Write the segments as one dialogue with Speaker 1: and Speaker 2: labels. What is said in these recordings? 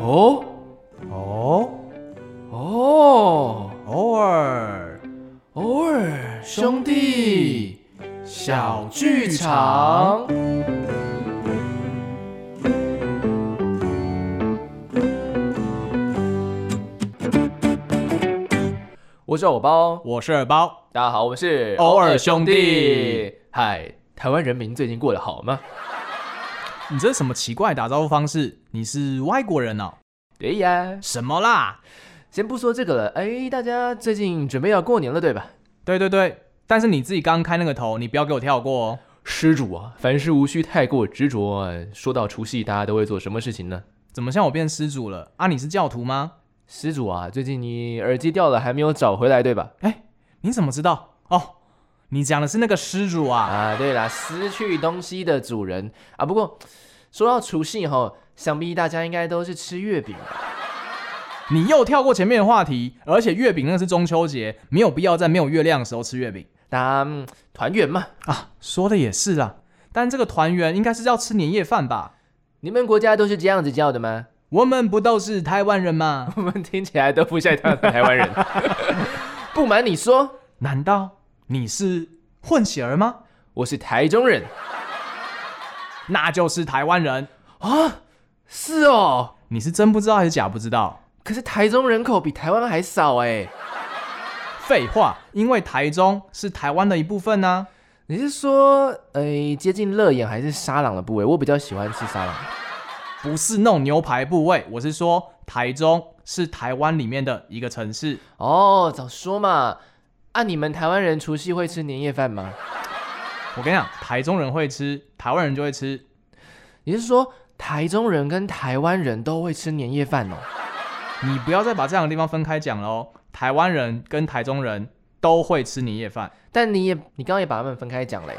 Speaker 1: 哦
Speaker 2: 哦，
Speaker 1: 哦，
Speaker 2: 偶尔
Speaker 1: 偶尔兄弟小剧场。我是偶包，
Speaker 2: 我是二包，
Speaker 1: 大家好，我们是
Speaker 2: 偶尔兄弟。
Speaker 1: 嗨，台湾人民最近过得好吗？
Speaker 2: 你这是什么奇怪的打招呼方式？你是外国人哦？
Speaker 1: 对呀，
Speaker 2: 什么啦？
Speaker 1: 先不说这个了，哎，大家最近准备要过年了，对吧？
Speaker 2: 对对对，但是你自己刚开那个头，你不要给我跳过哦。
Speaker 1: 施主啊，凡事无需太过执着啊。说到除夕，大家都会做什么事情呢？
Speaker 2: 怎么像我变失主了啊？你是教徒吗？
Speaker 1: 施主啊，最近你耳机掉了，还没有找回来，对吧？
Speaker 2: 哎，你怎么知道？哦，你讲的是那个失主啊？
Speaker 1: 啊，对啦，失去东西的主人啊。不过说到除夕哈，想必大家应该都是吃月饼吧？
Speaker 2: 你又跳过前面的话题，而且月饼那是中秋节，没有必要在没有月亮的时候吃月饼
Speaker 1: 大家、嗯团圆嘛。
Speaker 2: 啊。说的也是啊，但这个团圆应该是要吃年夜饭吧？
Speaker 1: 你们国家都是这样子叫的吗？
Speaker 2: 我们不都是台湾人吗？
Speaker 1: 我们听起来都不像台台湾人。 不瞒你说，
Speaker 2: 难道你是混血儿吗？
Speaker 1: 我是台中人
Speaker 2: 那就是台湾人。
Speaker 1: 啊，是哦。
Speaker 2: 你是真不知道还是假不知道？
Speaker 1: 可是台中人口比台湾还少哎。
Speaker 2: 废话，因为台中是台湾的一部分啊呢、
Speaker 1: 你是说，诶、接近乐眼还是沙朗的部位？我比较喜欢吃沙朗。
Speaker 2: 不是弄牛排部位。我是说，台中是台湾里面的一个城市。
Speaker 1: 哦，早说嘛！啊，你们台湾人除夕会吃年夜饭吗？
Speaker 2: 我跟你讲，台中人会吃，台湾人就会吃。
Speaker 1: 你是说台中人跟台湾人都会吃年夜饭哦？
Speaker 2: 你不要再把这两个地方分开讲喽。台湾人跟台中人都会吃年夜饭，
Speaker 1: 但你也，你刚刚也把他们分开讲嘞。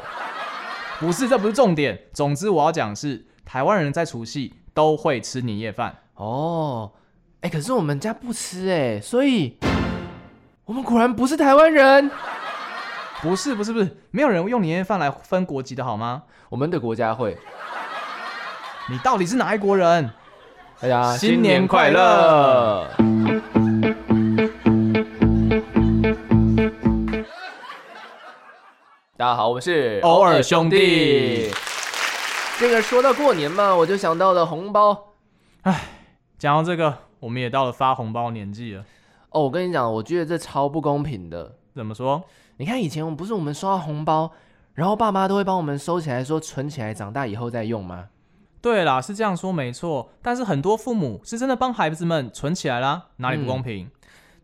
Speaker 2: 不是，这不是重点。总之，我要讲的是，台湾人在除夕都会吃年夜饭。
Speaker 1: 哦，哎、可是我们家不吃哎，所以我们果然不是台湾人。
Speaker 2: 不是，不是，不是，没有人用年夜饭来分国籍的好吗？
Speaker 1: 我们的国家会，
Speaker 2: 你到底是哪一国人？
Speaker 1: 大家
Speaker 2: 新年快乐！
Speaker 1: 大家好，我们是
Speaker 2: 偶尔兄弟。
Speaker 1: 这个说到过年嘛，我就想到了红包。
Speaker 2: 讲到这个，我们也到了发红包年纪了。
Speaker 1: 哦，我跟你讲，我觉得这超不公平的。
Speaker 2: 怎么说？
Speaker 1: 你看以前我们不是我们收到红包，然后爸妈都会帮我们收起来，说存起来，长大以后再用吗？
Speaker 2: 对啦，是这样说没错，但是很多父母是真的帮孩子们存起来啦，哪里不公平？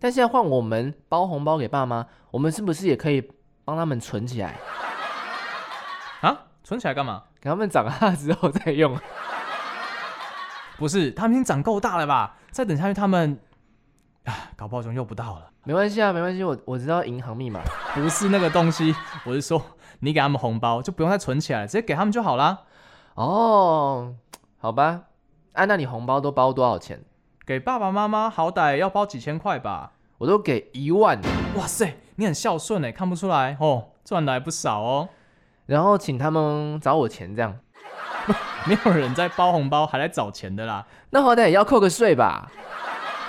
Speaker 1: 但现在换我们包红包给爸妈，我们是不是也可以帮他们存起来，
Speaker 2: 啊，存起来干嘛？
Speaker 1: 给他们长大之后再用？啊
Speaker 2: 不是，他们已经长够大了吧？再等下去他们， 啊，搞不好就用不到了。
Speaker 1: 没关系啊，没关系，我我知道银行密码。
Speaker 2: 不是那个东西，我是说，你给他们红包就不用再存起来了，直接给他们就好啦。
Speaker 1: 哦，好吧，啊，那你红包都包多少钱？
Speaker 2: 给爸爸妈妈好歹要包几千块吧？
Speaker 1: 我都给一万，
Speaker 2: 哇塞，你很孝顺哎，看不出来哦，赚的还不少哦。
Speaker 1: 然后请他们找我钱，这样，
Speaker 2: 没有人在包红包还来找钱的啦。
Speaker 1: 那好歹也要扣个税吧？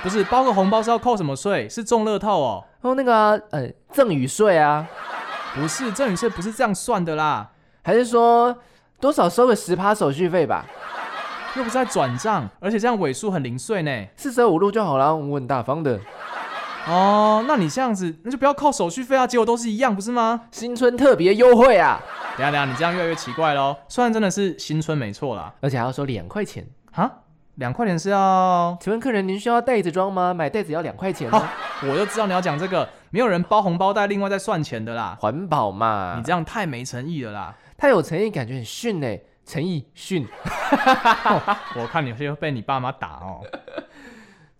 Speaker 2: 不是包个红包是要扣什么税？是中乐透哦？
Speaker 1: 哦，那个啊、呃，赠与税啊，
Speaker 2: 不是，赠与税不是这样算的啦，
Speaker 1: 还是说多少收个十趴手续费吧？
Speaker 2: 又不是在转账，而且这样尾数很零碎呢。
Speaker 1: 四舍五入就好啦，我很大方的。
Speaker 2: 哦，那你这样子，那就不要扣手续费啊，结果都是一样，不是吗？
Speaker 1: 新春特别优惠啊，
Speaker 2: 等一下等一下，你这样越来越奇怪喽。虽然真的是新春没错啦，
Speaker 1: 而且还要收两块钱。
Speaker 2: 啊，两块钱是要，
Speaker 1: 请问客人，您需要袋子装吗？买袋子要两块钱、哦
Speaker 2: 哦，我就知道你要讲这个，没有人包红包袋另外再算钱的啦。
Speaker 1: 环保嘛。
Speaker 2: 你这样太没诚意了啦！
Speaker 1: 太有诚意，感觉很逊哎，诚意逊。
Speaker 2: 我看你会被你爸妈打哦。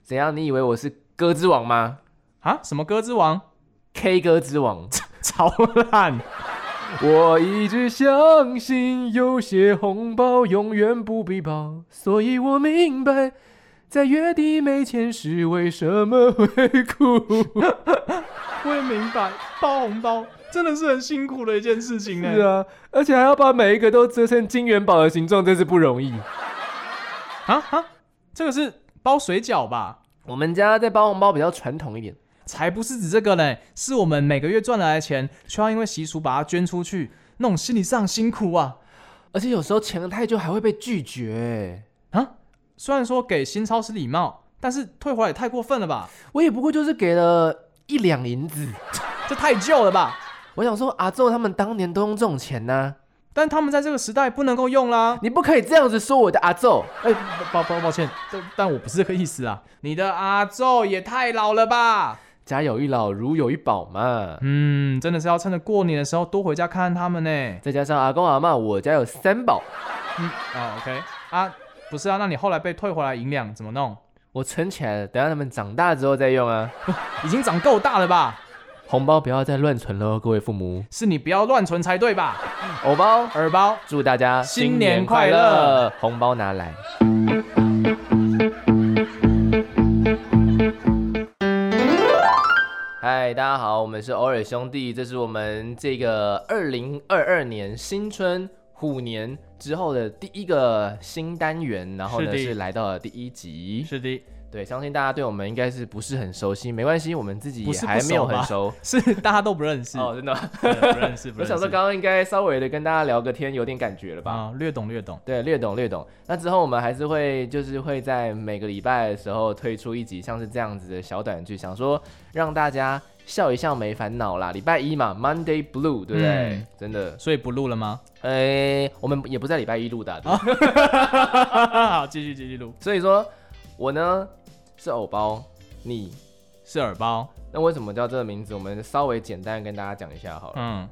Speaker 1: 怎样？你以为我是歌之王吗
Speaker 2: 啊，什么歌之王，
Speaker 1: ？K 歌之王。
Speaker 2: 超烂！
Speaker 1: 我一直相信有些红包永远不必包，所以我明白。在月底没钱时，为什么会 哭？啊
Speaker 2: 我也明白，包红包真的是很辛苦的一件事情呢。
Speaker 1: 是啊，而且还要把每一个都折成金元宝的形状，真是不容易。
Speaker 2: 啊啊，这个是包水饺吧？
Speaker 1: 我们家在包红包比较传统一点，
Speaker 2: 才不是指这个嘞，是我们每个月赚来的钱，却要因为习俗把它捐出去，那种心理上辛苦啊
Speaker 1: 而且有时候钱太旧还会被拒绝。
Speaker 2: 啊！虽然说给新超是礼貌，但是退回来也太过分了吧？
Speaker 1: 我也不过就是给了一两银子，
Speaker 2: 这太旧了吧？
Speaker 1: 我想说阿宙他们当年都用这种钱呐、
Speaker 2: 但他们在这个时代不能够用啦。
Speaker 1: 你不可以这样子说我的阿宙。
Speaker 2: 哎、抱抱抱歉，但但我不是这个意思啊。你的阿昼也太老了吧？
Speaker 1: 家有一老，如有一宝嘛。
Speaker 2: 嗯，真的是要趁着过年的时候多回家看看他们呢。
Speaker 1: 再加上阿公阿嬷，我家有三宝，
Speaker 2: 嗯，哦，OK 啊，不是啊，那你后来被退回来银两怎么弄？
Speaker 1: 我存起来了，等下他们长大之后再用啊。
Speaker 2: 已经长够大了吧？
Speaker 1: 红包不要再乱存喽，各位父母。
Speaker 2: 是你不要乱存才对吧？
Speaker 1: 偶包，
Speaker 2: 耳包，
Speaker 1: 祝大家
Speaker 2: 新年快乐，
Speaker 1: 红包拿来。嗨，大家好，我们是偶尔兄弟，这是我们这个二零二二年新春虎年之后的第一个新单元，然后呢
Speaker 2: 是的
Speaker 1: 是来到了第一集。
Speaker 2: 是的，
Speaker 1: 对，相信大家对我们应该是不是很熟悉，没关系，我们自己
Speaker 2: 不
Speaker 1: 也
Speaker 2: 是不
Speaker 1: 还没有很熟。
Speaker 2: 是大家都不认识，
Speaker 1: 哦，真的吗，
Speaker 2: 对不认 识，
Speaker 1: 我
Speaker 2: 不认识。
Speaker 1: 想说刚刚应该稍微的跟大家聊个天，有点感觉了吧？
Speaker 2: 啊，略懂略懂。
Speaker 1: 对，略懂略懂。那之后我们还是会就是会在每个礼拜的时候推出一集像是这样子的小短剧，想说让大家笑一笑没烦恼啦。礼拜一嘛，Monday Blue，对不对？
Speaker 2: 嗯
Speaker 1: 真的，
Speaker 2: 所以不录了吗？
Speaker 1: 哎、我们也不在礼拜一录的啊、对
Speaker 2: 好，继续继续录。
Speaker 1: 所以说我呢是偶包，你
Speaker 2: 是耳包，
Speaker 1: 那为什么叫这个名字？我们稍微简单地跟大家讲一下好了。
Speaker 2: 嗯，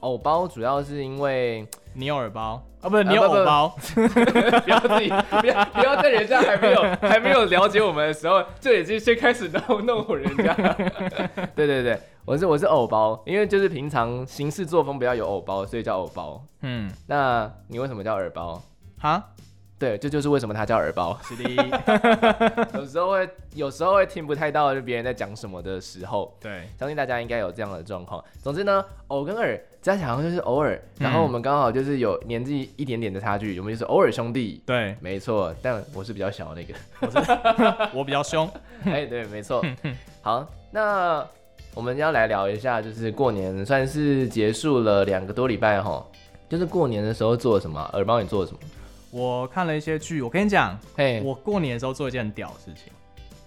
Speaker 1: 偶包主要是因为
Speaker 2: 你有耳包啊，不是
Speaker 1: 啊
Speaker 2: 你有
Speaker 1: 不不
Speaker 2: 偶包，
Speaker 1: 不要自己，不要不要在人家还没有 还没有了解我们的时候，就已经先开始弄弄唬人家。 对对对，我是我是偶包，因为就是平常行事作风比较有偶包，所以叫偶包。
Speaker 2: 嗯，
Speaker 1: 那你为什么叫耳包？
Speaker 2: 哈，。
Speaker 1: 对，这就是为什么他叫耳包
Speaker 2: 是 的，
Speaker 1: 有时候会有时候会听不太到就别人在讲什么的时候，
Speaker 2: 对，
Speaker 1: 相信大家应该有这样的状况。总之呢，偶跟耳加起来好像就是偶尔，
Speaker 2: 嗯
Speaker 1: 然后我们刚好就是有年纪一点点的差距，我们就是偶尔兄弟。
Speaker 2: 对
Speaker 1: 没错，但我是比较小的那个。
Speaker 2: 我比较凶，
Speaker 1: 哎，对，没错。好，那我们要来聊一下，就是过年算是结束了两个多礼拜哈，就是过年的时候做了什么啊？耳包你做了什么？
Speaker 2: 我看了一些剧，我跟你讲，
Speaker 1: 嘿，
Speaker 2: 我过年的时候做一件很屌的事情，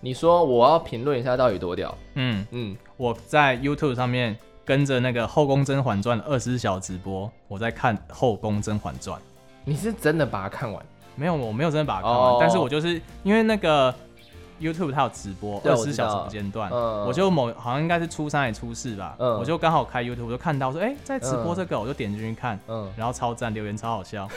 Speaker 1: 你说我要评论一下到底多屌？
Speaker 2: 嗯，
Speaker 1: 嗯，
Speaker 2: 我在 YouTube 上面跟着那个《后宫甄嬛传》二十四小直播，我在看《后宫甄嬛传》。
Speaker 1: 你是真的把它看完？
Speaker 2: 没有，我没有真的把它看完，
Speaker 1: 哦
Speaker 2: 但是我就是因为那个 YouTube 它有直播，
Speaker 1: 对
Speaker 2: 二
Speaker 1: 我
Speaker 2: 十
Speaker 1: 知道
Speaker 2: 四小时不间断，
Speaker 1: 嗯
Speaker 2: 我就某好像应该是初三还是初四吧，
Speaker 1: 嗯
Speaker 2: 我就刚好开 YouTube，我就看到说，哎、在直播这个，我就点进去看。
Speaker 1: 嗯，
Speaker 2: 然后超赞，留言超好笑，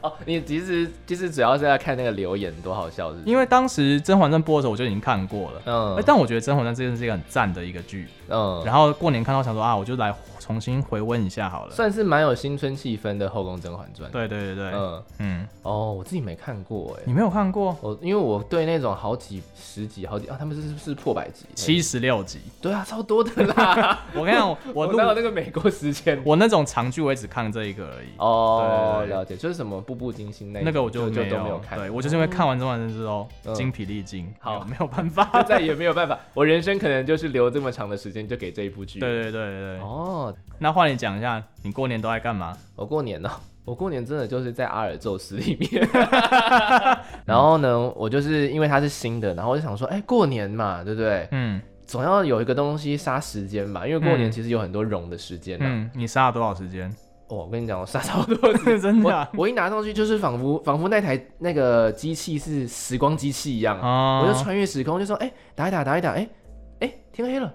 Speaker 1: 哦，你其实其实主要是要看那个留言多好笑，是不是？
Speaker 2: 因为当时《甄嬛传》播的时候我就已经看过了，
Speaker 1: 嗯
Speaker 2: 哎但我觉得《甄嬛传》真的是一个很赞的一个剧。
Speaker 1: 嗯，
Speaker 2: 然后过年看到想说啊，我就来重新回温一下好了。
Speaker 1: 算是蛮有新春气氛的《后宫甄嬛传》。
Speaker 2: 对对对对，
Speaker 1: 嗯，
Speaker 2: 嗯，
Speaker 1: 哦，我自己没看过哎，
Speaker 2: 你没有看过
Speaker 1: 我因为我对那种好几十集、好几啊，他们是不是破百集？
Speaker 2: 七十六集？
Speaker 1: 对啊，超多的啦。
Speaker 2: 我跟你讲，我
Speaker 1: 我
Speaker 2: 录
Speaker 1: 哪有那个美国时间？
Speaker 2: 我那种长剧我也只看这一个而已。
Speaker 1: 哦，
Speaker 2: 对对对
Speaker 1: 了解，就是什么步步惊心那一
Speaker 2: 那个我
Speaker 1: 就
Speaker 2: 就没
Speaker 1: 都没有看，
Speaker 2: 对我就是 因为看完《甄嬛传》之后
Speaker 1: 嗯
Speaker 2: 精疲力尽，
Speaker 1: 好
Speaker 2: 没有没有办法。
Speaker 1: 就再也没有办法，我人生可能就是留这么长的时间就给这一部剧。
Speaker 2: 对对对对对，
Speaker 1: 哦，
Speaker 2: 那换你讲一下，你过年都在干嘛？
Speaker 1: 我过年呢、 我过年真的就是在阿尔宙斯里 面，然后呢，我就是因为它是新的，然后我就想说，哎、过年嘛，对不对？
Speaker 2: 嗯
Speaker 1: 总要有一个东西杀时间吧，因为过年
Speaker 2: 嗯
Speaker 1: 其实有很多冗的时间、啊
Speaker 2: 嗯，你杀了多少 时间？
Speaker 1: 哦，我跟你讲，我杀超多
Speaker 2: 真 的
Speaker 1: 我
Speaker 2: 啊
Speaker 1: 我一拿上去，就是仿佛仿佛那台那个机器是时光机器一样，
Speaker 2: 哦
Speaker 1: 我就穿越时空，就说哎、打一打打一打，哎、哎、天黑了，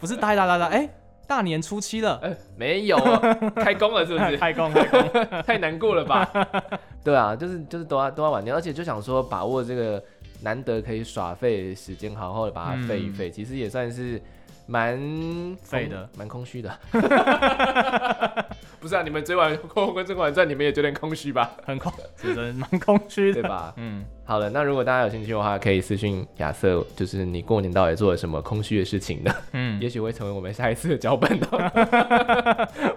Speaker 2: 不是打一打打打，哎，大年初七了，
Speaker 1: 哎、没有、 啊，开工了是不是？
Speaker 2: 开工开工。
Speaker 1: 太难过了吧？ 对啊，就是就是都要都要晚点，而且就想说把握这个难得可以耍废的时间，好好的把它废一废，其实也算是。蛮空
Speaker 2: 嗯废的，
Speaker 1: 蛮空虚的。 不是啊，你们追完《后宫甄嬛传》，你们也觉得很空虚吧？
Speaker 2: 很空，只能蛮空虚
Speaker 1: 对
Speaker 2: 的。
Speaker 1: 吧？
Speaker 2: 嗯，
Speaker 1: 好了，那如果大家有兴趣的话，可以私信亚瑟，就是你过年到底做了什么空虚的事情呢？
Speaker 2: 嗯
Speaker 1: 也许会成为我们下一次的脚本的。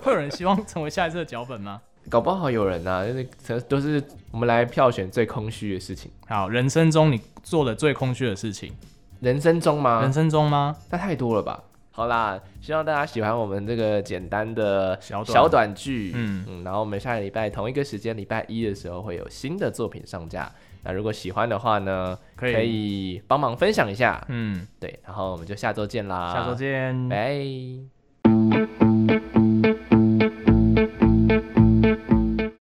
Speaker 2: 会有人希望成为下一次的脚本吗？
Speaker 1: 搞不好有人啊，就是可都是我们来票选最空虚的事情，
Speaker 2: 好，人生中你做的最空虚的事情，
Speaker 1: 人生中吗？
Speaker 2: 人生中吗？
Speaker 1: 那太多了吧？好啦，希望大家喜欢我们这个简单的
Speaker 2: 小短
Speaker 1: 小短剧，
Speaker 2: 嗯
Speaker 1: 嗯，然后我们下个礼拜同一个时间，礼拜一的时候会有新的作品上架。那如果喜欢的话呢，
Speaker 2: 可以
Speaker 1: 可以帮忙分享一下，
Speaker 2: 嗯，
Speaker 1: 啊对，然后我们就下周见啦，
Speaker 2: 下周，见，
Speaker 1: 拜。